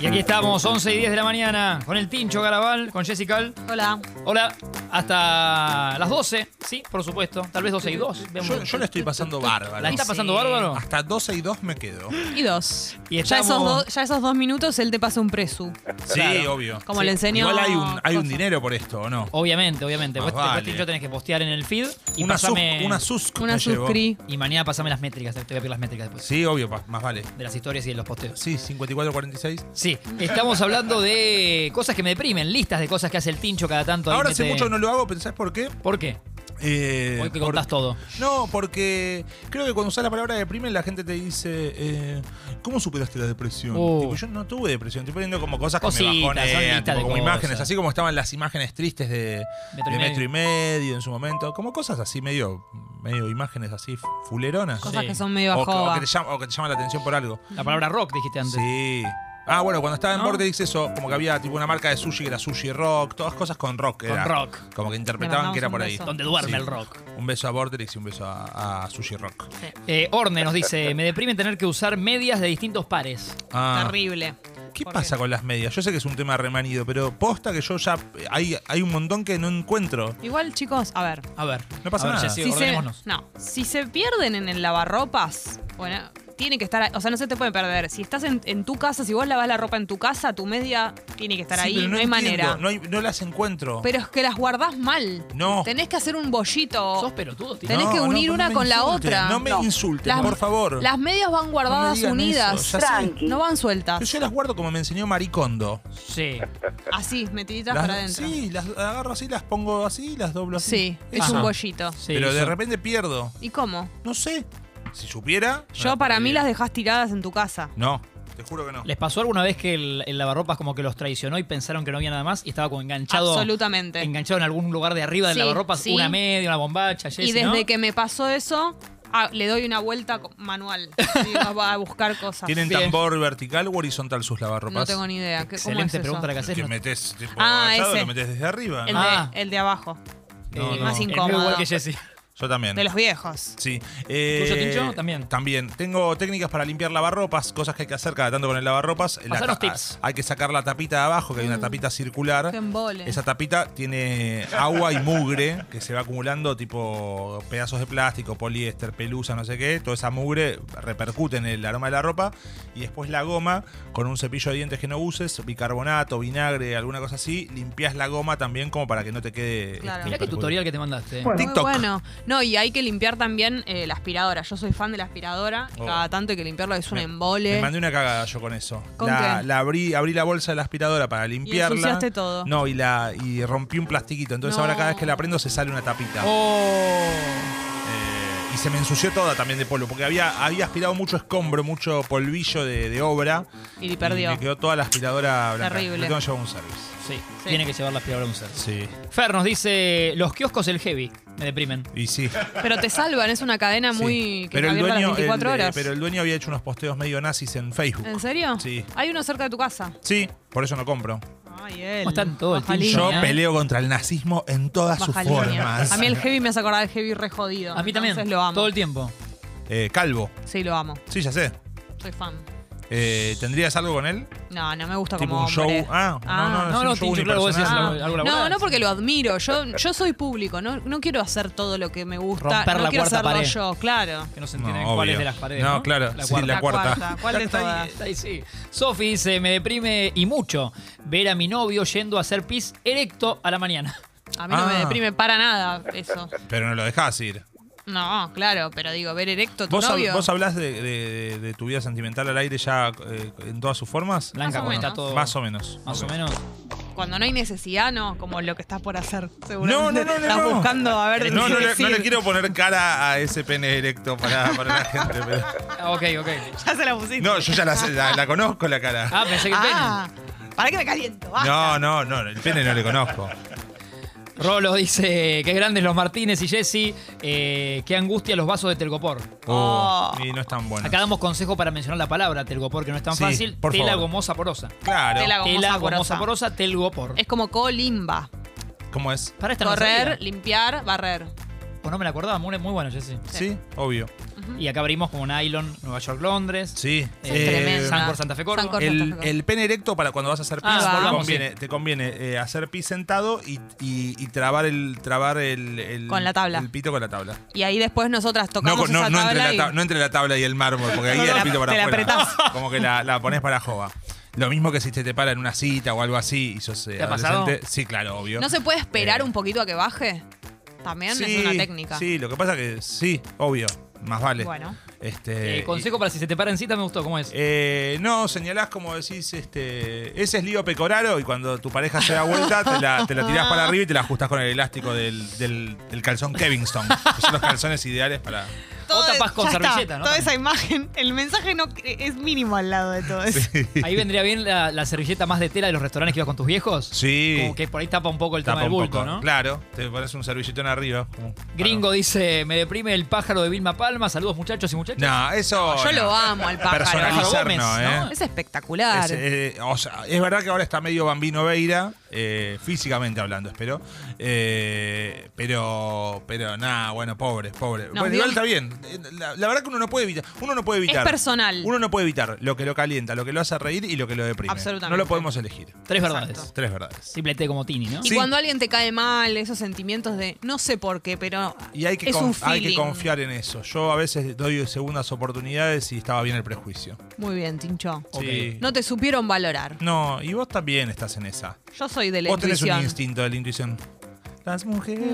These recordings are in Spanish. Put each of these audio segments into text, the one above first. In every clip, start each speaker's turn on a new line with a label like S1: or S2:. S1: Y aquí estamos, 11 y 10 de la mañana, con el Tincho Garabal, con Jessica. Al.
S2: Hola.
S1: Hola, hasta las 12, sí, por supuesto. Tal vez 12 y 2. vemos.
S3: Yo, yo la estoy pasando bárbaro.
S1: ¿La está pasando
S2: Sí.
S1: bárbaro?
S3: Hasta 12 y 2 me quedo.
S2: Y dos.
S1: Y
S2: ya,
S1: estamos-
S2: esos dos- ya esos dos minutos él te pasa un presu.
S3: Sí, obvio.
S2: Como le enseñó.
S3: Igual hay un, hay un
S2: cosas.
S3: dinero por esto, ¿o no?
S1: Obviamente, obviamente.
S3: Más
S1: Vos, después,
S3: vale.
S1: Tincho, tenés que postear en el feed y
S3: una,
S1: pasame-
S3: sus, una susc
S2: Una
S3: me llegó.
S2: suscri.
S1: Y mañana pasame las métricas, te voy a pedir las métricas después.
S3: Sí, obvio, pa- más vale.
S1: De las historias y de los posteos.
S3: Sí, 54-46.
S1: Sí, estamos hablando de cosas que me deprimen, listas de cosas que hace el Tincho cada tanto. Ahí
S3: Ahora hace
S1: mete-
S3: mucho que no lo hago, ¿pensás por qué?
S1: ¿Por qué?
S3: Eh,
S1: Hoy que
S3: por-
S1: contás todo.
S3: No, porque creo que cuando usas la palabra deprime, la gente te dice, eh, ¿cómo superaste la depresión?
S1: Oh.
S3: Tipo, yo no tuve depresión, estoy poniendo como cosas que
S1: Cositas,
S3: me
S1: son
S3: bajonean,
S1: listas
S3: tipo,
S1: de
S3: como
S1: cosas.
S3: imágenes, así como estaban las imágenes tristes de
S1: Metro y
S3: de
S1: medio.
S3: metro y medio en su momento, como cosas así medio, medio imágenes así fuleronas.
S2: Cosas
S1: Sí.
S2: que son medio
S3: O, que- o
S2: bajoba.
S3: que te llama- o que te llaman la atención por algo.
S1: La palabra rock dijiste antes.
S3: Sí. Ah, bueno, cuando estaba en
S1: ¿No?
S3: Vortex eso, como que había tipo una marca de sushi que era sushi rock, todas cosas con rock.
S1: Con
S3: era.
S1: rock.
S3: Como que
S2: Le
S3: interpretaban
S2: mandamos
S3: que era
S2: un
S3: por ahí.
S2: beso.
S1: Donde duerme
S3: Sí.
S1: el rock.
S3: Un beso a Vortex y un beso a, a Sushi Rock.
S2: Sí.
S1: Eh, Orne nos dice, me deprime tener que usar medias de distintos pares.
S3: Ah,
S2: Terrible.
S3: ¿Qué
S2: ¿Por
S3: pasa con las medias? Yo sé que es un tema remanido, pero posta que yo ya. Hay, hay un montón que no encuentro.
S2: Igual, chicos, a ver.
S1: A ver.
S3: No pasa
S1: a ver,
S3: nada.
S1: Jessy,
S2: si se,
S1: ordenémonos.
S2: no, si se pierden en el lavarropas, bueno, tiene que estar, ahí. o sea, no se te puede perder. Si estás en, en tu casa, si vos lavas la ropa en tu casa, tu media tiene que estar
S3: Sí,
S2: ahí,
S3: pero
S2: no, hay
S3: entiendo,
S2: manera.
S3: No, hay- no las encuentro.
S2: Pero es que las guardás mal.
S3: No.
S2: Tenés que hacer un
S1: Sos
S2: bollito.
S1: pelotudo, tío.
S3: No,
S2: Oh. Tenés que
S3: no,
S2: unir
S3: no
S2: una
S3: me
S2: con la
S3: insulten,
S2: otra.
S3: no me insulten, por favor.
S2: Las medias van guardadas
S3: digan
S2: unidas.
S3: eso, ya sé. Tranqui.
S2: No van sueltas.
S3: Pero yo las guardo como me enseñó Maricondo.
S1: Sí.
S2: Así, metiditas
S3: Las-
S2: para adentro.
S3: Sí, las agarro así, las pongo así, las doblo así.
S2: Sí, es
S1: Ajá.
S2: un bollito.
S1: sí,
S3: Pero de
S1: hizo.
S3: repente pierdo.
S2: ¿Y cómo?
S3: No sé. Si supiera. no
S2: Yo
S3: las
S2: para mí
S3: perdería.
S2: las dejás tiradas en tu casa.
S3: No, te juro que no.
S1: ¿Les pasó alguna vez que el, el lavarropas como que los traicionó y pensaron que no había nada más y estaba como enganchado?
S2: Absolutamente.
S1: Enganchado en algún lugar de arriba del
S2: Sí,
S1: lavarropas,
S2: sí.
S1: una media, una bombacha, Jessy,
S2: y desde
S1: ¿no?
S2: que me pasó eso, ah, le doy una vuelta co- manual. Digo, va a buscar cosas.
S3: ¿Tienen
S1: Bien.
S3: tambor vertical o horizontal sus lavarropas?
S2: No tengo ni idea. ¿Qué- cómo
S1: Excelente
S2: es
S1: pregunta la
S2: eso?
S1: que haces.
S3: Que
S1: no-
S3: metes tipo
S2: Ah,
S3: agachado,
S2: ese.
S3: lo metes desde arriba.
S2: El,
S3: ¿no?
S1: Ah.
S2: de, el de abajo.
S3: No,
S1: eh,
S3: no.
S2: más
S1: el mío
S2: incómodo.
S1: igual que Jessy.
S3: Yo también.
S2: De los viejos.
S3: Sí. Eh,
S1: ¿Tuyo, Tincho? También.
S3: También. Tengo técnicas para limpiar lavarropas, cosas que hay que hacer cada tanto con el lavarropas. La
S1: Pasanos
S3: ta-
S1: tips.
S3: Hay que sacar la tapita de abajo, que hay una tapita circular.
S2: Mm. Qué embole.
S3: Ah. Esa tapita tiene agua y mugre que se va acumulando, tipo pedazos de plástico, poliéster, pelusa, no sé qué. Toda esa mugre repercute en el aroma de la ropa. Y después la goma, con un cepillo de dientes que no uses, bicarbonato, vinagre, alguna cosa así, limpias la goma también como para que no te quede.
S2: Claro.
S1: Mirá qué
S3: perjudicado.
S1: tutorial que te mandaste. ¿eh?
S2: Muy
S3: TikTok.
S2: bueno. No, y hay que limpiar también eh, la aspiradora. Yo soy fan de la aspiradora. y
S3: Oh.
S2: Cada tanto hay que limpiarlo, es un
S3: Me-
S2: embole.
S3: Me mandé una cagada yo con eso.
S2: ¿Con
S3: la,
S2: qué?
S3: la abrí, abrí la bolsa de la aspiradora para limpiarla.
S2: ensuciaste todo.
S3: No, y la y rompí un plastiquito. Entonces
S2: No.
S3: ahora cada vez que la prendo se sale una tapita.
S1: Oh.
S3: Eh, y se me ensució toda también de polvo, porque había, había aspirado mucho escombro, mucho polvillo de, de obra.
S2: Y perdió.
S3: me quedó toda la aspiradora blanca.
S2: Terrible.
S3: Le tengo que llevar un service.
S1: Sí,
S2: Sí.
S1: tiene que llevar la aspiradora a un ser.
S3: Sí.
S1: Fer nos dice, los kioscos el heavy me deprimen.
S3: Y sí.
S2: Pero te salvan, es una cadena
S3: sí.
S2: muy. que
S3: pero
S2: está
S3: el
S2: abierta
S3: dueño,
S2: las 24
S3: el- eh,
S2: horas. Eh.
S3: pero el dueño había hecho unos posteos medio nazis en Facebook.
S2: ¿En serio?
S3: Sí.
S2: Hay uno cerca de tu casa.
S3: Sí, por eso no compro.
S2: Ay, él.
S1: ¿Cómo están todo el
S2: Baja
S1: team?
S2: línea.
S3: Yo
S1: Genial.
S3: peleo contra el nazismo en todas
S2: Baja
S3: sus
S2: línea.
S3: formas.
S2: A mí el heavy me hace acordar el heavy re jodido.
S1: A mí también,
S2: Entonces lo amo.
S1: todo el tiempo.
S3: Eh, calvo.
S2: Sí, lo amo.
S3: Sí, ya sé.
S2: Soy fan.
S3: Eh, ¿Tendrías algo con él?
S2: No, no me gusta
S3: Tipo
S2: como
S3: un show.
S2: hombre. Ah,
S3: Ah, no, no,
S1: no,
S3: es
S1: no,
S3: un show
S1: Tincho, claro, vos decías
S3: unipersonal.
S1: algo- algo
S2: No,
S1: laboral.
S2: no porque lo admiro. Yo, yo soy público. No, no quiero hacer todo lo que me gusta.
S1: Romper
S2: no
S1: la
S2: quiero
S1: cuarta
S2: hacerlo
S1: pared.
S2: yo, claro.
S1: Que no se
S3: No,
S1: entienden cuál
S3: obvio.
S1: es de las paredes. No,
S3: No, claro, sí,
S1: cuarta.
S3: la cuarta.
S2: ¿Cuál de
S3: Está ahí,
S2: todas?
S1: Está ahí, sí. Sofi dice, me deprime y mucho ver a mi novio yendo a hacer pis erecto a la mañana.
S2: A mí no me
S3: Ah.
S2: deprime para nada eso.
S3: Pero no lo dejás ir.
S2: No, claro, pero digo, ver erecto a tu
S3: ¿Vos, hab-
S2: novio.
S3: vos hablás de, de- de tu vida sentimental al aire ya eh, en todas sus formas?
S1: Blanca,
S2: o
S1: como está
S2: menos.
S1: todo.
S3: Más o menos.
S1: Más
S3: Ok.
S1: o menos.
S2: Cuando no hay necesidad, no, como lo que estás por hacer,
S3: No,
S2: seguramente.
S3: no, no, no.
S2: Estás
S3: no. Eh,
S2: buscando a ver
S3: No,
S2: qué
S3: no, le- no
S2: decir.
S3: le quiero poner cara a ese pene erecto para, para la gente. pero-
S1: Ah, ok, ok.
S2: Ya se la pusiste.
S3: No, yo ya la, sé, la- la conozco la cara.
S1: Ah, pensé que el
S2: Ah, para que me caliento. basta.
S3: No, no, no, el pene no le conozco.
S1: pene. Rolo dice, qué grandes los Martínez y Jesse. eh, qué angustia los vasos de telgopor.
S3: Oh,
S2: Oh.
S3: Y no es tan bueno.
S1: Acá damos consejo para mencionar la palabra telgopor, que no es tan
S3: Sí,
S1: fácil.
S3: por
S1: Tela
S3: favor.
S1: gomosa porosa.
S3: Claro.
S2: Te la hago. Gomosa
S1: Tela
S2: porosa.
S1: gomosa porosa, telgopor.
S2: Es como colimba.
S3: ¿Cómo es?
S1: Para esta no
S2: Correr,
S1: sabía. Pues
S2: limpiar, barrer.
S1: O no me la acordaba, muy, muy bueno, Jessy.
S3: Sí, obvio.
S1: Y acá abrimos como nylon, Nueva York, Londres.
S3: Sí.
S1: Es
S2: tremenda.
S1: San Cor- Santa Fe, Córdoba.
S2: San Cor- Corta,
S3: Eh, El,
S2: corta.
S3: el pene erecto para cuando vas a hacer pis
S1: Ah,
S3: te
S2: vamos,
S3: conviene, te conviene, eh, hacer pis sentado y, y- y trabar el trabar el, el-
S2: Con la tabla.
S3: el pito con la tabla.
S2: Y ahí después nosotras
S3: No,
S2: tocamos
S3: no-
S2: esa
S3: no entre
S2: tabla
S3: la
S2: y-
S3: ta- no entre la tabla y el mármol, porque ahí
S2: Te
S3: el
S2: la-
S3: pito para
S2: te la
S3: afuera.
S2: apretás.
S3: Como que la, la pones para jova. Lo mismo que si te, te para en una cita o algo así y sos eh,
S1: ¿Te ha pasado?
S3: adolescente. Sí, claro, obvio.
S2: ¿No se puede esperar
S3: Eh.
S2: un poquito a que baje? También
S3: Sí,
S2: es una técnica.
S3: Sí, lo que pasa que sí, obvio. Más vale.
S2: Bueno.
S3: Este,
S1: Eh, consejo para si se te para en cita, me gustó, ¿cómo es?
S3: Eh, no, señalás como decís, este, ese es lío pecoraro y cuando tu pareja se da vuelta te la, te la tirás para arriba y te la ajustás con el elástico del, del- del calzón Kevinston. que son los calzones ideales para...
S1: O tapás con
S2: ya está,
S1: servilleta, ¿no?
S2: Toda esa imagen, el mensaje no es mínimo al lado de todo eso.
S1: Ahí vendría bien la, la servilleta más de tela de los restaurantes que ibas con tus viejos.
S3: Sí.
S1: Como que por ahí tapa un poco el
S3: Tapa
S1: tema del
S3: un
S1: bulto,
S3: poco.
S1: ¿no?
S3: Claro, te pones un servilletón arriba. como-
S1: Gringo dice, me deprime el pájaro de Vilma Palma. Saludos muchachos y muchachas.
S3: No, eso...
S2: Yo
S3: no.
S2: lo amo al pájaro.
S3: Personalizar
S1: Gómez,
S3: no, ¿eh?
S1: ¿no?
S2: Es espectacular.
S3: Es, eh, o sea, es verdad que ahora está medio Bambino Veira, eh, físicamente hablando, espero. Eh, pero, pero nada, bueno, pobre, pobre.
S2: Nos
S3: bueno,
S2: dio-
S3: igual está bien. Eh, La, la verdad que uno no puede evitar. Uno no puede
S2: Es
S3: evitar.
S2: personal.
S3: Uno no puede evitar lo que lo calienta, lo que lo hace reír y lo que lo deprime.
S2: Absolutamente.
S3: No lo podemos elegir.
S1: Tres
S2: Exacto.
S1: verdades.
S3: Tres verdades.
S1: Simplemente como Tini, ¿no?
S2: y
S3: sí.
S2: cuando alguien te cae mal, esos sentimientos de no sé por qué, pero
S3: Y hay que,
S2: es
S3: con-
S2: un
S3: hay que
S2: feeling.
S3: confiar en eso. Yo a veces doy segundas oportunidades y estaba bien el prejuicio.
S2: Muy bien, Tincho.
S3: Sí.
S2: No te supieron valorar.
S3: No, y vos también estás en esa.
S2: Yo soy de la
S3: Vos tenés un
S2: intuición.
S3: instinto de la intuición. Las mujeres.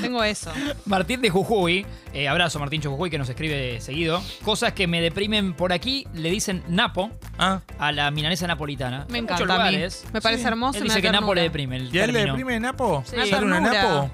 S2: Tengo eso.
S1: Martín de Jujuy, eh, abrazo Martín de Jujuy que nos escribe seguido. Cosas que me deprimen por aquí, le dicen Napo
S3: Ah.
S1: a la milanesa napolitana.
S2: Me
S1: En
S2: encanta
S1: muchos
S2: a mí.
S1: lugares.
S2: Me parece
S3: Sí.
S2: hermoso.
S1: Él
S2: me da
S1: dice que Napo
S2: ternura.
S1: le deprime el
S3: ¿Y a él le
S1: término.
S3: deprime de Napo?
S2: Sí. Ah,
S3: ¿Sale una
S2: Ternura.
S3: Napo?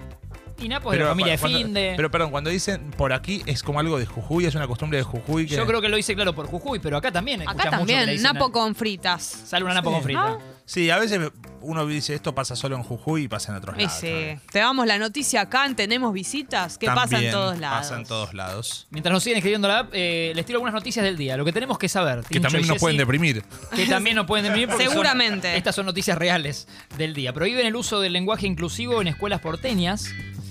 S1: Y Napo es de la familia de
S3: cuando-
S1: Finde.
S3: pero perdón, cuando dicen por aquí es como algo de Jujuy, es una costumbre de Jujuy. Que,
S1: Yo creo que lo hice claro por Jujuy, pero acá también.
S2: Acá
S1: escuchás mucho que le
S2: también,
S1: dicen
S2: napo
S1: na-
S2: con Ah, fritas.
S1: Sale una Napo con frita.
S3: Sí, a veces uno dice esto pasa solo en Jujuy y pasa en otros lados.
S2: Ese. Te damos la noticia acá, tenemos visitas. ¿Qué pasa en
S3: También
S2: todos lados?
S3: Pasa en todos lados.
S1: Mientras nos siguen escribiendo la app, eh, les tiro algunas noticias del día. Lo que tenemos que saber.
S3: Que también nos pueden deprimir.
S1: Que también nos pueden deprimir porque son-
S2: Seguramente.
S1: estas son noticias reales del día. Prohíben el uso del lenguaje inclusivo en escuelas porteñas.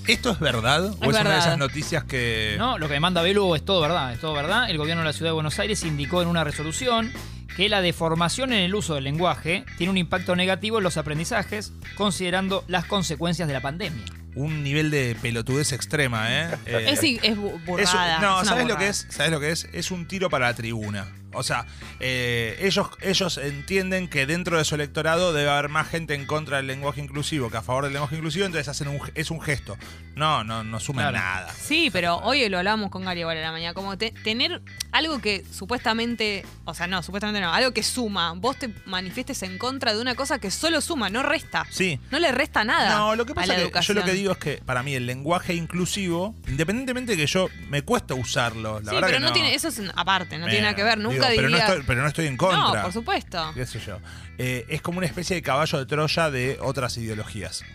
S3: ¿Esto es verdad? ¿O es una de
S2: verdad.
S3: esas noticias que.?
S1: No, lo que me manda Belu es todo verdad, es todo verdad. El gobierno de la ciudad de Buenos Aires indicó en una resolución que la deformación en el uso del lenguaje tiene un impacto negativo en los aprendizajes, considerando las consecuencias de la pandemia.
S3: Un nivel de pelotudez extrema, ¿eh? Eh,
S2: Es, es bu-
S3: Es un-
S2: burrada.
S3: no,
S2: es una
S3: ¿sabes lo
S2: burrada.
S3: que es? ¿Sabes lo que es? Es un tiro para la tribuna. O sea, eh, ellos, ellos entienden que dentro de su electorado debe haber más gente en contra del lenguaje inclusivo que a favor del lenguaje inclusivo, entonces hacen un, es un gesto. No, no, no suma
S1: Claro.
S3: nada.
S2: Sí, pero hoy lo hablábamos con Gary igual a la mañana. Como te- tener algo que supuestamente, o sea, no, supuestamente no, algo que suma. Vos te manifiestes en contra de una cosa que solo suma, no resta.
S3: Sí.
S2: No le resta nada.
S3: No, lo que
S2: a
S3: pasa
S2: la
S3: es que yo
S2: educación.
S3: lo que digo es que para mí el lenguaje inclusivo, independientemente de que yo me cuesta usarlo, la
S2: sí,
S3: verdad
S2: pero
S3: que
S2: no,
S3: no
S2: tiene, eso es aparte, no tiene nada que ver.
S3: Bueno,
S2: Nunca
S3: digo, pero, no
S2: diría.
S3: estoy, pero no estoy en contra.
S2: No, por supuesto.
S3: Qué sé yo. Eh, es como una especie de caballo de Troya de otras ideologías.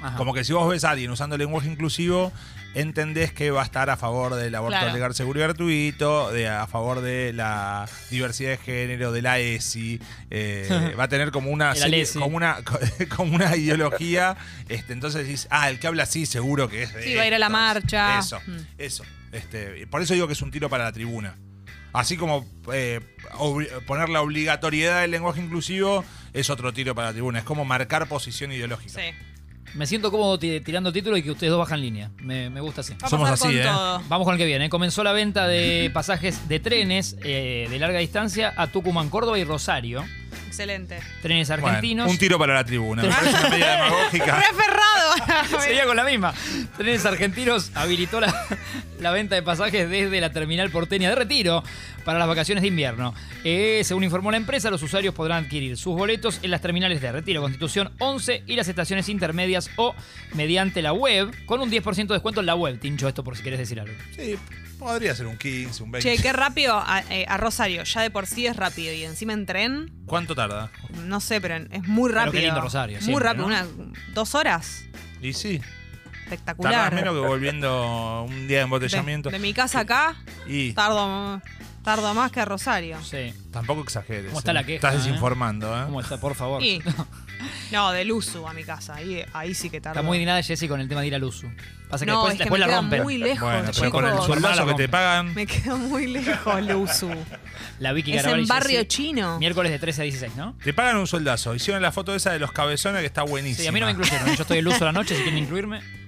S1: Ajá.
S3: Como que si vos ves a alguien usando lenguaje inclusivo, entendés que va a estar a favor del aborto
S2: Claro.
S3: legal seguro y gratuito, de, a favor de la diversidad de género, de la ESI. eh, va a tener como una,
S1: El
S3: serie-
S2: E
S1: Alesi.
S3: como una como una ideología. Este, entonces decís, ah, el que habla así seguro que es de
S2: Sí, va a ir a la
S3: estos".
S2: marcha.
S3: Eso,
S2: Mm.
S3: eso. Este, por eso digo que es un tiro para la tribuna. Así como eh, obli- poner la obligatoriedad del lenguaje inclusivo es otro tiro para la tribuna. Es como marcar posición ideológica.
S2: Sí.
S1: Me siento cómodo ti- tirando título y que ustedes dos bajan línea. Me, me gusta así.
S2: Va a
S3: Somos
S2: pasar
S3: así,
S2: con
S3: ¿eh?
S2: todo.
S1: Vamos con el que viene. Comenzó la venta de pasajes de trenes eh, de larga distancia a Tucumán, Córdoba y Rosario.
S2: Excelente.
S1: Trenes
S3: Bueno,
S1: argentinos.
S3: un tiro para la tribuna. Me parece una medida demagógica.
S2: Referrado.
S1: Sería Ah, con la misma. Trenes Argentinos habilitó la, la venta de pasajes desde la terminal porteña de retiro para las vacaciones de invierno. Eh, según informó la empresa, los usuarios podrán adquirir sus boletos en las terminales de retiro Constitución 11 y las estaciones intermedias o mediante la web, con un 10% de descuento en la web. Tincho esto por si querés decir algo.
S3: Sí, podría ser un 15, un 20.
S2: Che, qué rápido a, eh, a Rosario. Ya de por sí es rápido. Y encima en tren,
S3: ¿Cuánto tarda?
S2: no sé, pero es muy
S1: Pero qué
S2: rápido.
S1: lindo Rosario,
S2: Muy
S1: siempre,
S2: rápido.
S1: ¿no?
S2: una- dos horas.
S3: Y sí,
S2: Espectacular.
S3: tardás menos que volviendo un día de
S2: de,
S3: embotellamiento.
S2: de mi casa acá,
S3: y
S2: tardo mm, Tarda más que Rosario.
S1: Sí.
S3: Tampoco exageres.
S1: ¿Cómo está
S3: eh.
S1: la queja,
S3: Estás
S1: eh?
S3: desinformando, ¿eh?
S1: ¿Cómo está? Por favor.
S2: Y- no, del uso a mi casa. Ahí, ahí sí que tarda.
S1: Está muy indignada Jessy con el tema de ir al uso. Pasa que
S2: no,
S1: después,
S2: es que
S1: después
S2: me
S1: la
S2: queda
S1: rompen.
S2: muy lejos.
S3: Bueno, pero
S1: chicos.
S3: con el
S1: Chicos.
S3: sueldazo que te pagan.
S2: Me queda muy lejos el uso.
S1: La Vicky
S2: Es
S1: Caravan
S2: en
S1: y
S2: barrio
S1: Jessy.
S2: chino.
S1: Miércoles de 13 a 16, ¿no?
S3: Te pagan un soldazo. Hicieron la foto esa de los cabezones que está buenísima.
S1: Sí, a mí no me incluyeron. Yo estoy el uso a la noche, si quieren incluirme.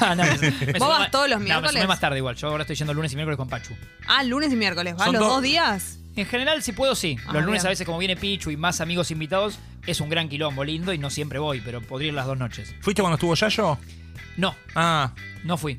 S1: Ah, no, me- me sumé
S2: vas
S1: más-
S2: todos los
S1: no, me sumé
S2: miércoles?
S1: más tarde igual. Yo ahora estoy yendo lunes y miércoles con Pachu.
S2: Ah, lunes y miércoles. ¿Van
S3: Son
S2: los
S3: dos-
S2: dos días?
S1: En general, si puedo, sí. Los
S2: Ah,
S1: lunes
S2: bien.
S1: a veces, como viene Pichu y más amigos invitados, es un gran quilombo lindo y no siempre voy, pero podría ir las dos noches.
S3: ¿Fuiste cuando estuvo Yayo?
S1: No,
S3: Ah,
S1: no fui.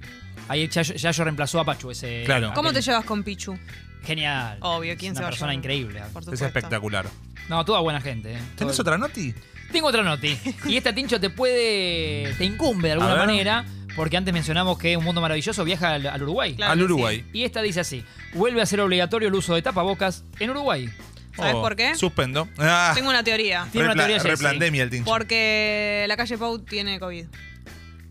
S1: Ahí ya, ya yo reemplazó a Pachu ese.
S3: Claro.
S2: ¿Cómo te
S1: aquel-
S2: llevas con Pichu?
S1: Genial.
S2: Obvio,
S1: Ah,
S2: ¿quién
S1: es una
S2: se va a
S1: persona
S2: llevar?
S1: increíble.
S2: Por
S3: es
S2: supuesto.
S3: espectacular.
S1: No, toda buena gente. eh.
S3: ¿Tenés
S1: Todo-
S3: otra noti?
S1: Tengo otra noti. Y esta, Tincho, te puede. te incumbe de alguna
S3: ver.
S1: manera, porque antes mencionamos que un mundo maravilloso viaja al, al Uruguay.
S2: Claro
S3: Al
S2: que
S3: Uruguay.
S1: Y esta dice así: vuelve a ser obligatorio el uso de tapabocas en Uruguay.
S2: ¿Sabes por qué?
S3: Oh, Suspendo. Ah,
S2: Tengo una teoría.
S1: Tiene una
S3: repla-
S1: teoría, Jessy.
S3: replandemia el tincho.
S2: Porque la calle Pau tiene COVID.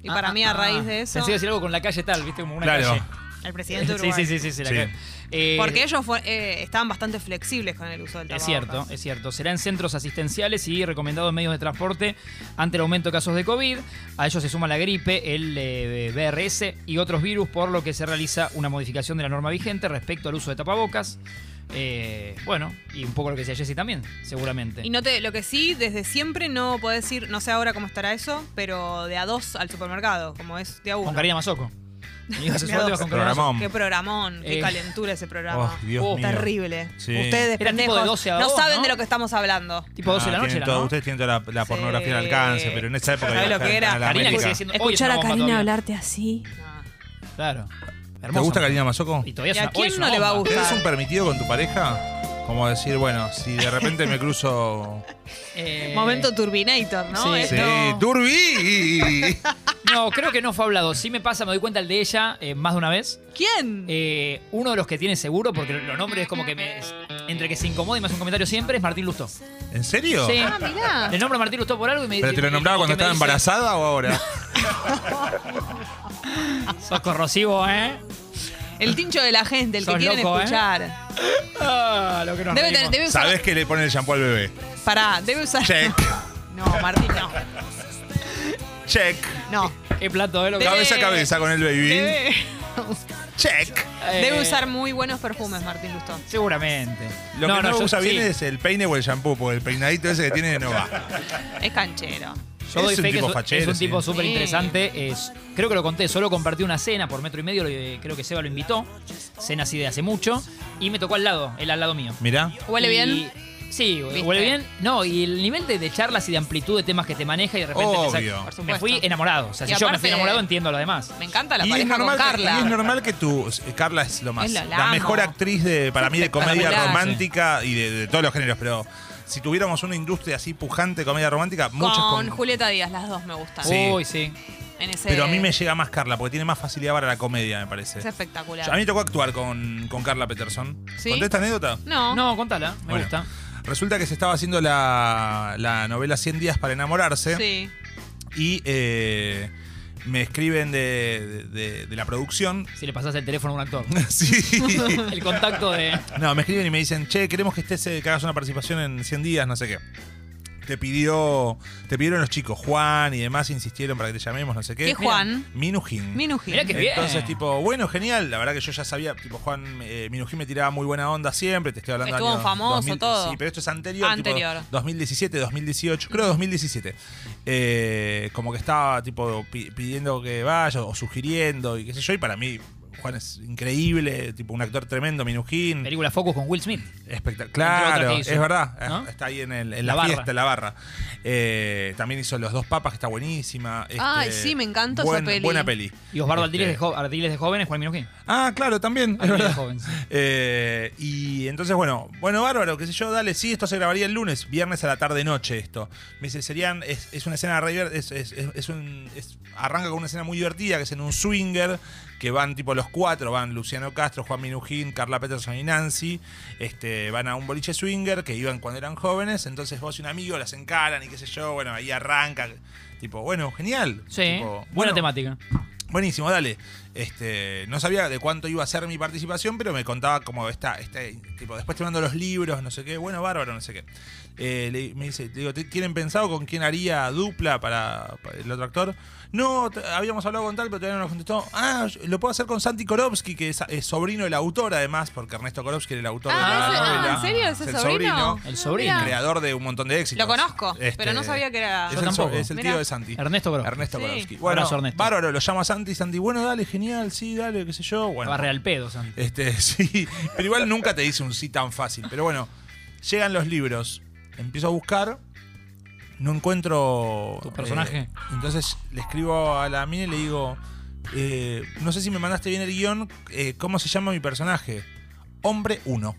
S2: Y
S1: Ah,
S2: para mí,
S1: ah,
S2: a
S1: ah.
S2: raíz de eso,
S1: Pensé que decir algo con la calle tal, ¿viste? Como una
S3: Claro.
S1: calle.
S2: el presidente de
S1: Sí,
S2: Uruguay.
S1: sí, sí, sí, sí, la
S3: Sí.
S1: calle. Eh,
S2: Porque ellos fue- eh, estaban bastante flexibles con el uso del
S1: Es
S2: tapabocas.
S1: cierto, es cierto. Será en centros asistenciales y recomendados en medios de transporte ante el aumento de casos de COVID. A ellos se suma la gripe, el eh, BRS y otros virus, por lo que se realiza una modificación de la norma vigente respecto al uso de tapabocas. Eh, bueno, y un poco lo que decía Jessy también, seguramente.
S2: Y no te, lo que sí, desde siempre no podés ir, no sé ahora cómo estará eso, pero de a dos al supermercado, como es de a uno.
S1: Con Karina Mazoco. Ibas a
S2: De
S1: suerte,
S2: a dos.
S1: ibas con Karina Mazzocco.
S3: Programón.
S2: Qué programón, qué
S1: Eh.
S2: calentura ese programa.
S3: Oh, Dios
S1: Oh,
S3: mío.
S2: Terrible.
S3: Sí.
S2: Ustedes,
S1: Era tipo de
S2: pendejos,
S1: 12 a
S2: no
S1: 2,
S2: saben
S1: ¿no?
S2: de lo que estamos hablando.
S1: Tipo 12 de la
S3: Ah,
S1: noche,
S3: tienen
S1: era,
S3: todo-
S1: ¿no?
S3: Ustedes tienen toda la, la
S2: Sí.
S3: pornografía al alcance, pero en esa época.
S2: ¿Sabés
S3: había
S2: lo que era?
S3: Canal
S1: Karina que
S3: América.
S1: sigue siendo- Hoy es
S4: Escuchar
S1: una
S4: a
S1: bomba
S4: Karina
S1: todavía.
S4: hablarte así.
S2: Ah.
S1: Claro.
S3: ¿Te
S1: Hermoso.
S3: gusta Karina Mazoco?
S1: Y todavía es
S2: ¿Y a
S1: una- hoy
S2: quién
S1: es
S2: no
S1: una
S2: le va a
S1: bomba.
S2: gustar?
S3: ¿Tenés un permitido con tu pareja? Como decir, bueno, si de repente me cruzo.
S1: Eh,
S2: Momento Turbinator, ¿no?
S1: sí.
S2: Esto-
S3: Sí, Turbi.
S1: No, creo que no fue hablado. Sí me pasa, me doy cuenta el de ella eh, más de una vez.
S2: ¿Quién?
S1: Eh, uno de los que tiene seguro, porque los nombres es como que me. Entre que se incomoda y me hace un comentario siempre, es Martín Lustó.
S3: ¿En serio?
S1: Sí.
S2: ah, mirá.
S1: Le nombro a Martín Lustó por algo y me
S3: ¿Pero te
S1: y-
S3: lo
S1: y-
S3: nombraba
S1: y
S3: cuando
S1: que me
S3: estaba
S1: dice,
S3: embarazada o ahora?
S1: Sos corrosivo, ¿eh?
S2: El tincho de la gente, el que
S1: Sos
S2: quieren
S1: loco, ¿eh?
S2: escuchar.
S1: Ah, lo que nos
S2: Debe,
S1: reímos.
S2: tener- debe usar.
S3: ¿Sabés que le pone el shampoo al bebé?
S2: Pará, debe usar.
S3: Check,
S2: No, Martín, no.
S3: check.
S2: No.
S1: Qué plato, ¿eh? Lo que-
S2: Debe-
S3: Cabeza a cabeza con el baby.
S2: Debe,
S3: Check.
S1: Eh,
S2: debe usar muy buenos perfumes, Martín Lustó.
S1: Seguramente.
S3: Lo que no,
S1: yo-
S3: usa bien
S1: sí.
S3: es el peine o el shampoo, porque el peinadito ese que tiene no va.
S2: Es canchero.
S1: Yo doy
S3: Es un
S1: fe que
S3: tipo
S1: es,
S3: fachero,
S1: es un
S3: sí.
S1: tipo súper
S2: Sí.
S1: interesante. es- creo que lo conté, solo compartí una cena por metro y medio, eh, creo que Seba lo invitó. Cena así de hace mucho. Y me tocó al lado, él al lado mío.
S3: Mirá.
S2: ¿Huele
S1: Y-
S2: bien?
S1: Sí, hue-
S2: ¿Viste?
S1: huele bien. No, y el nivel de, de charlas y de amplitud de temas que te maneja y de repente te saca-
S3: Obvio.
S2: Por
S1: me
S2: supuesto.
S1: fui enamorado. O sea,
S2: Y
S1: si yo me fui
S2: aparte-
S1: enamorado, entiendo a los demás.
S2: Me encanta la
S3: Y es,
S2: pareja con
S3: normal que, y es
S2: Carla.
S3: normal que tu. Carla es lo más.
S2: Es la- la amo.
S3: mejor actriz de, para mí de comedia
S2: Espectacular.
S3: romántica y de, de todos los géneros, pero si tuviéramos una industria así pujante de comedia romántica, muchas
S2: Con
S3: con.
S2: Julieta Díaz, las dos me gustan.
S3: Sí.
S1: Uy, sí.
S2: En ese-
S3: Pero a mí me llega más Carla, porque tiene más facilidad para la comedia, me parece.
S2: Es espectacular.
S3: Yo- A mí me tocó actuar con, con Carla Peterson.
S2: ¿Sí?
S3: ¿Conté esta anécdota?
S2: No.
S1: No, contala, me
S3: Bueno.
S1: gusta.
S3: Resulta que se estaba haciendo la, la novela 100 días para enamorarse.
S2: Sí.
S3: Y eh, me escriben de, de- de la producción.
S1: Si le pasas el teléfono a un actor.
S3: sí.
S1: el contacto de.
S3: No, me escriben y me dicen, che, queremos que estés, eh, que hagas una participación en 100 días, no sé qué. Te pidió, te pidieron los chicos, Juan y demás, insistieron para que te llamemos, no sé qué.
S2: ¿Qué Juan?
S3: Minujín.
S2: Minujín.
S1: Mirá que- bien.
S3: Entonces, tipo, bueno, genial. La verdad que yo ya sabía, tipo, Juan eh, Minujín me tiraba muy buena onda siempre. Te estoy hablando
S2: Estuvo
S3: año
S2: famoso, todo.
S3: Sí, pero esto es anterior. tipo,
S2: Anterior.
S3: 2017, 2018, creo 2017. Eh, como que estaba, tipo, pi- pidiendo que vaya o sugiriendo y qué sé yo. Y para mí, Juan es increíble, tipo, un actor tremendo, Minujín.
S1: Película Focus con Will Smith.
S3: Espectacular.
S1: Entre
S3: Claro,
S1: otras que
S3: es
S1: hizo,
S3: verdad. Ah,
S1: ¿no?
S3: Está ahí en, el- en
S1: La
S3: la,
S1: barra.
S3: fiesta, en la barra. Eh, también hizo Los Dos Papas, que está buenísima. Este,
S2: Ay, sí, me encanta esa
S3: buen-
S2: peli.
S3: Buena peli.
S1: Y Osvaldo
S3: Este,
S1: Ardiles, de jo- Ardiles de jóvenes, Juan Minujín.
S3: Ah, claro, también. Es
S1: Ardiles de
S3: verdad.
S1: jóvenes.
S3: Eh, y entonces, bueno, bueno, bárbaro, qué sé yo, dale, sí, esto se grabaría el lunes, viernes a la tarde-noche esto. Me dice, serían, es, es una escena, re- es, es, es- es un, es- arranca con una escena muy divertida, que es en un swinger, que van tipo los cuatro, van Luciano Castro, Juan Minujín, Carla Peterson y Nancy, este, van a un boliche swinger, que iban cuando eran jóvenes, entonces vos y un amigo las encaran y qué sé yo, bueno, ahí arranca, tipo, bueno, genial.
S1: Sí.
S3: Tipo,
S1: buena
S3: bueno,
S1: temática.
S3: Buenísimo, dale. Este, no sabía de cuánto iba a ser mi participación, pero me contaba como esta, este, tipo, después te mando los libros, no sé qué, bueno, bárbaro, no sé qué. Eh, le- me dice, le digo, "¿Te- ¿tienen pensado con quién haría dupla para, para el otro actor? No, t- habíamos hablado con tal, pero todavía no nos contestó. Ah, yo- lo puedo hacer con Santi Korowski, que es, es sobrino del autor, además, porque Ernesto Korowski era el autor
S2: Ah,
S3: de
S2: ese-
S3: la
S2: ah,
S3: novela.
S2: ¿en serio? ¿Ese
S3: Es el
S2: sobrino?
S1: El sobrino.
S2: Mirá.
S3: creador de un montón de éxitos.
S2: Lo conozco,
S3: Este,
S2: pero no sabía que era.
S3: Es
S1: Yo
S3: el, so-
S1: tampoco.
S3: es el
S2: Mirá.
S3: tío de Santi.
S1: Ernesto Bro.
S3: Ernesto
S2: Sí.
S3: Borowski.
S1: Abrazo,
S3: Bueno,
S1: Ernesto.
S3: bárbaro, lo llama Santi. Santi, bueno, dale, genial, sí, dale, qué sé yo. Bueno,
S1: Barre al pedo, Santi.
S3: este, sí, pero igual nunca te dice un sí tan fácil. Pero bueno, llegan los libros, empiezo a buscar, no encuentro.
S1: Tu personaje.
S3: eh, entonces le escribo a la mina y le digo: eh, No sé si me mandaste bien el guión, eh, ¿cómo se llama mi personaje? Hombre 1.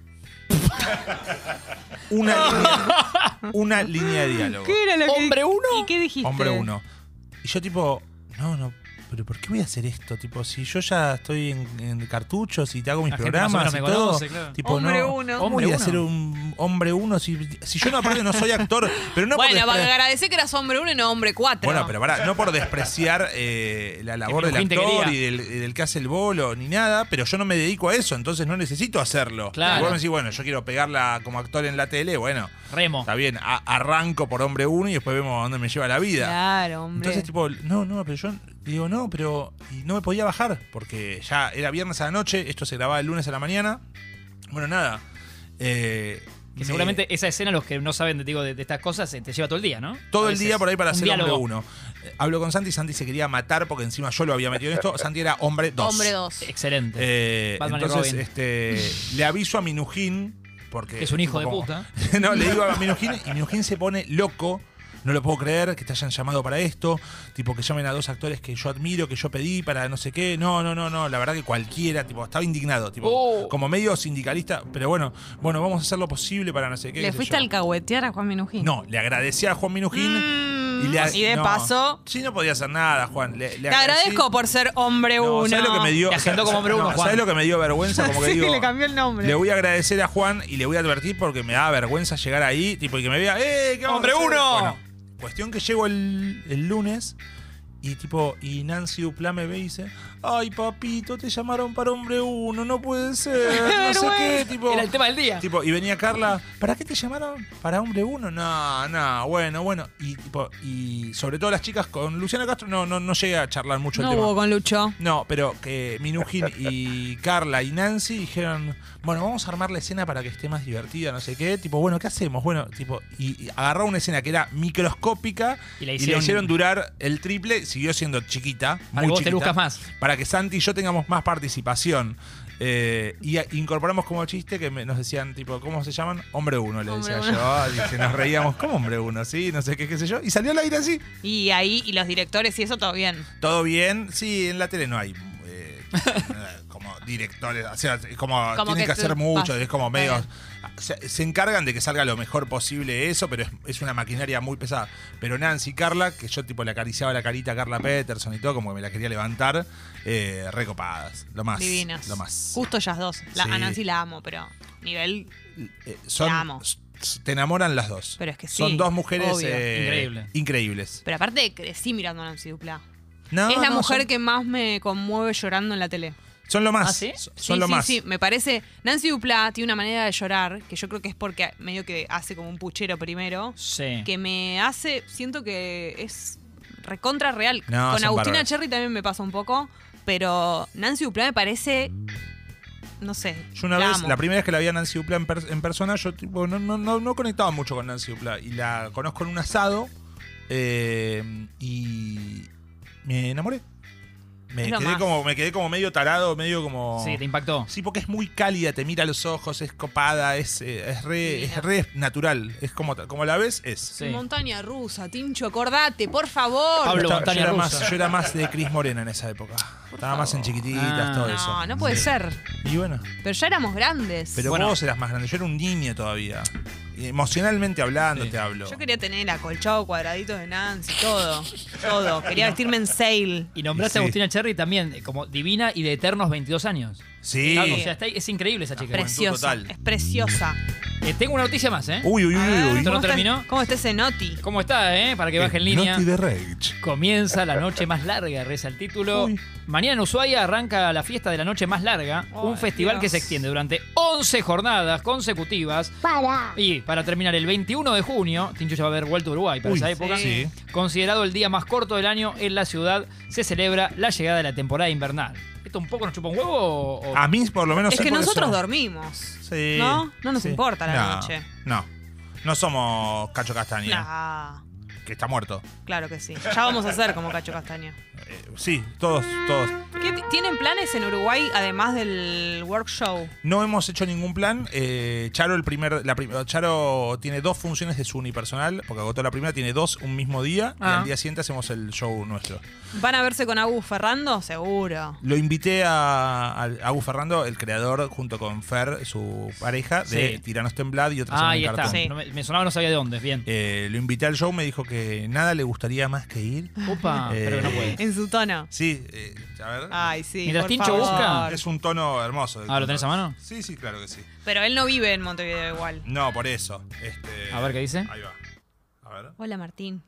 S3: una, línea, una línea de diálogo.
S2: ¿Qué era lo que-
S1: ¿Hombre uno?
S2: ¿Y qué dijiste?
S3: Hombre uno. Y yo tipo, no, no, pero ¿por qué voy a hacer esto? Tipo, si yo ya estoy en, en cartuchos y te hago mis
S1: La gente más o
S3: programas
S1: menos
S3: y
S1: me
S3: todo.
S1: conoce, claro.
S3: Tipo,
S2: Hombre
S3: no,
S2: uno.
S3: ¿cómo
S1: Hombre
S3: voy a
S1: uno.
S3: ser un hombre uno? Si, si yo no aparte no soy actor, pero no
S2: bueno,
S3: por despre-
S2: agradecer que eras hombre uno y no hombre cuatro.
S3: bueno, pero pará, no por despreciar eh, la labor
S1: mi
S3: del
S1: mujer te
S3: actor
S1: quería.
S3: y del, y del que hace el bolo, ni nada, pero yo no me dedico a eso, entonces no necesito hacerlo.
S1: Claro.
S3: Y vos me decís, bueno, yo quiero pegarla como actor en la tele, bueno,
S1: Remo.
S3: está bien, a- arranco por hombre uno y después vemos a dónde me lleva la vida.
S2: Claro, hombre.
S3: Entonces, tipo, no, no, pero yo digo, no, pero y no me podía bajar porque ya era viernes a la noche, esto se grababa el lunes a la mañana. Bueno, nada. eh,
S1: Que
S3: me-
S1: seguramente esa escena, los que no saben de, digo, de, de estas cosas, se te lleva todo el día, ¿no?
S3: Todo
S1: A
S3: el
S1: veces.
S3: día por ahí para
S1: Un
S3: ser
S1: diálogo.
S3: hombre uno. Eh, Hablo con Santi, Santi se quería matar porque encima yo lo había metido en esto. Santi era hombre dos.
S2: Hombre dos.
S1: Excelente.
S3: Eh,
S1: Batman y
S3: entonces,
S1: Robin.
S3: este, le aviso a Minujín porque.
S1: Que es un hijo de
S3: eh, como-
S1: puta.
S3: no, le digo a Minujín y Minujín se pone loco. No lo puedo creer que te hayan llamado para esto. Tipo, que llamen a dos actores que yo admiro, que yo pedí para no sé qué. No, no, no, no. La verdad que cualquiera, tipo, estaba indignado. Tipo,
S1: Oh.
S3: como medio sindicalista. Pero bueno, bueno, vamos a hacer lo posible para no sé qué. qué
S2: ¿Le
S3: sé
S2: fuiste
S3: yo.
S2: al alcahuetear a Juan Minujín?
S3: No, le agradecí a Juan Minujín.
S2: Mm,
S3: y, le,
S2: y de
S3: no.
S2: paso-
S3: Sí, no podía hacer nada, Juan. Le, le
S2: Te agradezco por ser hombre
S3: No,
S2: uno.
S3: ¿sabes lo que me dio?
S1: Te agendó como hombre uno, Juan.
S3: ¿Sabes lo que me dio vergüenza? Como que
S2: sí,
S3: digo,
S2: le cambió el nombre.
S3: le voy a agradecer a Juan y le voy a advertir porque me da vergüenza llegar ahí, tipo, y que me vea, ¡eh, qué
S1: ¡Hombre uno!
S3: cuestión que llego el, el lunes y tipo, y Nancy Duplá me ve y dice, ay papito, te llamaron para hombre uno, no puede ser, no sé qué,
S2: vergüenza!
S3: tipo.
S1: Era el tema del día.
S3: Tipo, y venía Carla, ¿para qué te llamaron? ¿Para hombre uno? No, no, bueno, bueno. Y tipo, y sobre todo las chicas con Luciana Castro, no, no, no llegué a charlar mucho
S2: no
S3: el tema.
S2: hubo con Lucho.
S3: No, pero que Minujín y Carla y Nancy dijeron, bueno, vamos a armar la escena para que esté más divertida, no sé qué. Tipo, bueno, ¿qué hacemos? Bueno, tipo, y, y agarró una escena que era microscópica
S1: Y la
S3: le
S1: hicieron-
S3: hicieron durar el triple, siguió siendo chiquita,
S1: Para
S3: muy
S1: que vos te
S3: chiquita,
S1: luzcas más.
S3: Para que Santi y yo tengamos más participación. Eh, y a- incorporamos como chiste que me- nos decían, tipo, ¿cómo se llaman? Hombre uno, le
S2: Hombre
S3: decía
S2: uno.
S3: yo. Y se nos reíamos, ¿cómo hombre uno? Sí, no sé qué, qué sé yo. Y salió al aire así.
S2: Y ahí, y los directores y eso, todo bien.
S3: Todo bien. Sí, en la tele no hay eh, como directores, o sea, es como,
S2: Como
S3: tienen que,
S2: que
S3: hacer
S2: tú-
S3: mucho,
S2: vas-
S3: es como
S2: está
S3: medio...
S2: bien.
S3: Se, se encargan de que salga lo mejor posible eso, pero es, es una maquinaria muy pesada. Pero Nancy Carla, que yo tipo le acariciaba la carita a Carla Peterson y todo, como que me la quería levantar, eh, recopadas, lo más.
S2: Divinas.
S3: Lo más.
S2: Justo ellas dos. La,
S3: Sí.
S2: A Nancy la amo, pero nivel.
S3: Eh, son,
S2: Te amo.
S3: s- s- Te enamoran las dos.
S2: Pero es que sí,
S3: Son dos mujeres
S2: obvio.
S3: eh,
S1: Increíble.
S3: increíbles.
S2: Pero aparte crecí mirando a Nancy Dupla.
S3: No,
S2: es la
S3: no,
S2: mujer
S3: son,
S2: que más me conmueve llorando en la tele.
S3: Son lo más.
S1: ¿Ah, sí?
S3: Son
S2: sí,
S3: lo
S2: sí,
S3: más.
S2: sí. Me parece. Nancy Dupla tiene una manera de llorar, que yo creo que es porque medio que hace como un puchero primero.
S1: Sí.
S2: que me hace, siento que es recontra real.
S3: No,
S2: Con
S3: son
S2: Agustina
S3: bárbaros.
S2: Cherry también me pasa un poco, pero Nancy Duplá me parece, no sé.
S3: Yo una
S2: la
S3: vez,
S2: amo.
S3: la primera vez que la vi a Nancy Dupla en, per- en persona, yo tipo, no, no, no, no conectaba mucho con Nancy Dupla. Y la conozco en un asado eh, y me enamoré. Me
S2: Es lo
S3: quedé,
S2: más.
S3: como, me quedé como medio tarado, medio como...
S1: Sí, te impactó.
S3: Sí, porque es muy cálida, te mira a los ojos, es copada, es, eh, es, re,
S2: Divina.
S3: es re natural. Es como, ta- como la ves, es.
S1: Sí.
S2: Montaña rusa, Tincho, acordate, por favor.
S1: Pablo
S3: Yo estaba-
S1: Montaña
S3: yo, era
S1: Rusa.
S3: más, yo era más de Cris Morena en esa época. Estaba más en chiquititas,
S1: Ah.
S3: todo eso.
S2: no, no puede
S3: Sí.
S2: ser.
S3: Y bueno.
S2: Pero ya éramos grandes.
S3: Pero
S1: Bueno.
S3: vos eras más grande, yo era un niño todavía. Y Emocionalmente hablando
S1: Sí.
S3: te hablo.
S2: yo quería tener acolchado cuadraditos de Nancy, todo. Todo. Quería vestirme en sail.
S1: Y nombraste
S3: Sí.
S1: a Agustina Cherry también eh, como divina y de eternos 22 años.
S3: Sí.
S1: O sea, está- es increíble esa chica.
S3: Juventud
S2: Preciosa.
S3: total.
S2: Es preciosa.
S1: Eh, tengo una noticia más, ¿eh?
S3: Uy, uy, uy,
S2: A ver,
S3: uy.
S1: ¿Esto no
S2: ¿cómo
S1: terminó?
S2: está- ¿Cómo está ese Noti?
S1: ¿Cómo está, eh? Para que baje en línea.
S3: Naughty de Rage.
S1: Comienza la noche más larga, reza el título.
S3: Uy.
S1: Mañana en Ushuaia arranca la fiesta de la noche más larga,
S2: Ay,
S1: un festival
S2: Dios.
S1: que se extiende durante 11 jornadas consecutivas.
S4: Para.
S1: Y para terminar, el 21 de junio, Tincho ya va a haber vuelto a Uruguay para
S3: Uy,
S1: esa época.
S3: sí.
S1: Considerado el día más corto del año en la ciudad, se celebra la llegada de la temporada invernal. ¿Esto un poco nos chupa un huevo o.? o-
S3: A mí, por lo menos.
S2: Oh. es
S3: sí,
S2: que
S3: porque
S2: nosotros
S3: somos-
S2: dormimos.
S3: Sí.
S2: ¿No? No nos
S3: Sí.
S2: importa la
S3: No,
S2: noche.
S3: No. No somos Cacho Castaña,
S2: Nah,
S3: que está muerto.
S2: claro que sí. Ya vamos a ser como Cacho Castaña.
S3: Eh, sí, todos, todos.
S2: ¿Qué t- ¿Tienen planes en Uruguay además del workshop?
S3: No hemos hecho ningún plan. Eh, Charo, el primer, la prim- Charo tiene dos funciones de su unipersonal, porque agotó la primera, tiene dos un mismo día, y
S1: Ah.
S3: al día siguiente hacemos el show nuestro.
S2: ¿Van a verse con Agus Ferrando? Seguro.
S3: Lo invité a, a Agus Ferrando, el creador, junto con Fer, su pareja, de
S1: Sí.
S3: Tiranos Temblad y otras
S1: ah, ahí está.
S2: Sí.
S1: No me, me sonaba, no sabía de dónde.
S3: Eh,
S1: Bien.
S3: lo invité al show, me dijo que nada le gustaría más que ir.
S1: Opa,
S3: Eh,
S1: pero que no puede.
S2: En su tono.
S3: Sí, eh, a ver. Ah,
S2: Ay, sí.
S1: Mientras
S2: por
S1: Tincho
S2: favor.
S1: Ah, busca.
S3: Es un tono hermoso.
S1: Ah, ¿lo tenés a mano?
S3: Sí, sí, claro que sí.
S2: Pero él no vive en Montevideo igual.
S3: No, por eso. Este,
S1: A ver qué dice.
S3: Ahí va. A ver.
S2: Hola Martín.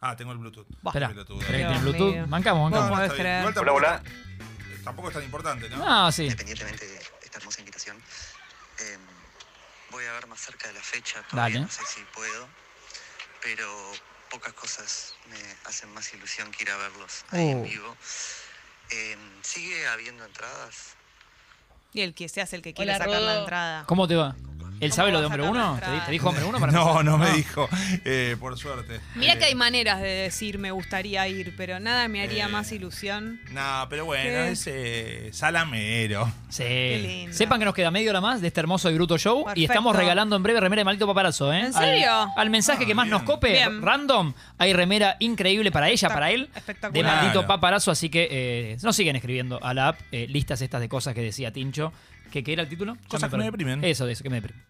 S3: Ah, tengo el Bluetooth.
S2: Bah.
S1: Espera.
S3: Pelotudo.
S1: Espera que tiene
S2: Dios
S1: Bluetooth.
S2: mío.
S1: Bancamos,
S2: No,
S1: bancamos.
S2: podés creer.
S3: Igual
S5: Hola,
S3: tampoco,
S5: hola.
S3: es tan- tampoco es tan importante, ¿no?
S1: Ah, sí.
S5: Independientemente de esta hermosa invitación, eh, voy a ver más cerca de la fecha.
S1: Dale.
S5: Todavía no sé si puedo, pero pocas cosas me hacen más ilusión que ir a verlos ahí en vivo. Eh, ¿Sigue habiendo entradas?
S2: Y el que se hace el que quiere
S6: Hola,
S2: sacar la
S6: Rodo.
S2: entrada.
S1: ¿Cómo te va? ¿Él sabe lo de
S2: vas a
S1: hombre
S2: sacar la
S1: 1?
S2: entrada?
S1: ¿Te dijo hombre 1 para
S3: No,
S1: empezar?
S3: no me
S1: Ah.
S3: dijo. Eh, por suerte.
S2: Mirá
S3: Eh,
S2: que hay maneras de decir me gustaría ir, pero nada me haría
S3: Eh.
S2: más ilusión.
S3: No, pero bueno,
S2: ¿Qué?
S3: es eh, salamero.
S1: Sí.
S2: lindo.
S1: Sepan que nos queda media hora más de este hermoso y bruto show y
S2: Perfecto.
S1: estamos regalando en breve remera de Maldito Paparazzo, ¿eh?
S2: ¿En
S1: Al-
S2: serio?
S1: Al, mensaje que
S3: Ah,
S1: más
S3: bien.
S1: nos cope,
S2: Bien.
S1: random, hay remera increíble para ella, para él, de
S2: Espectacular.
S1: Maldito
S3: Claro.
S1: Paparazzo, así que eh, nos siguen escribiendo a la app eh, listas estas de cosas que decía Tincho, que, que era el título. Ya me
S3: Cosas que me
S1: perdí.
S3: deprimen.
S1: Eso, de eso, que me deprimen.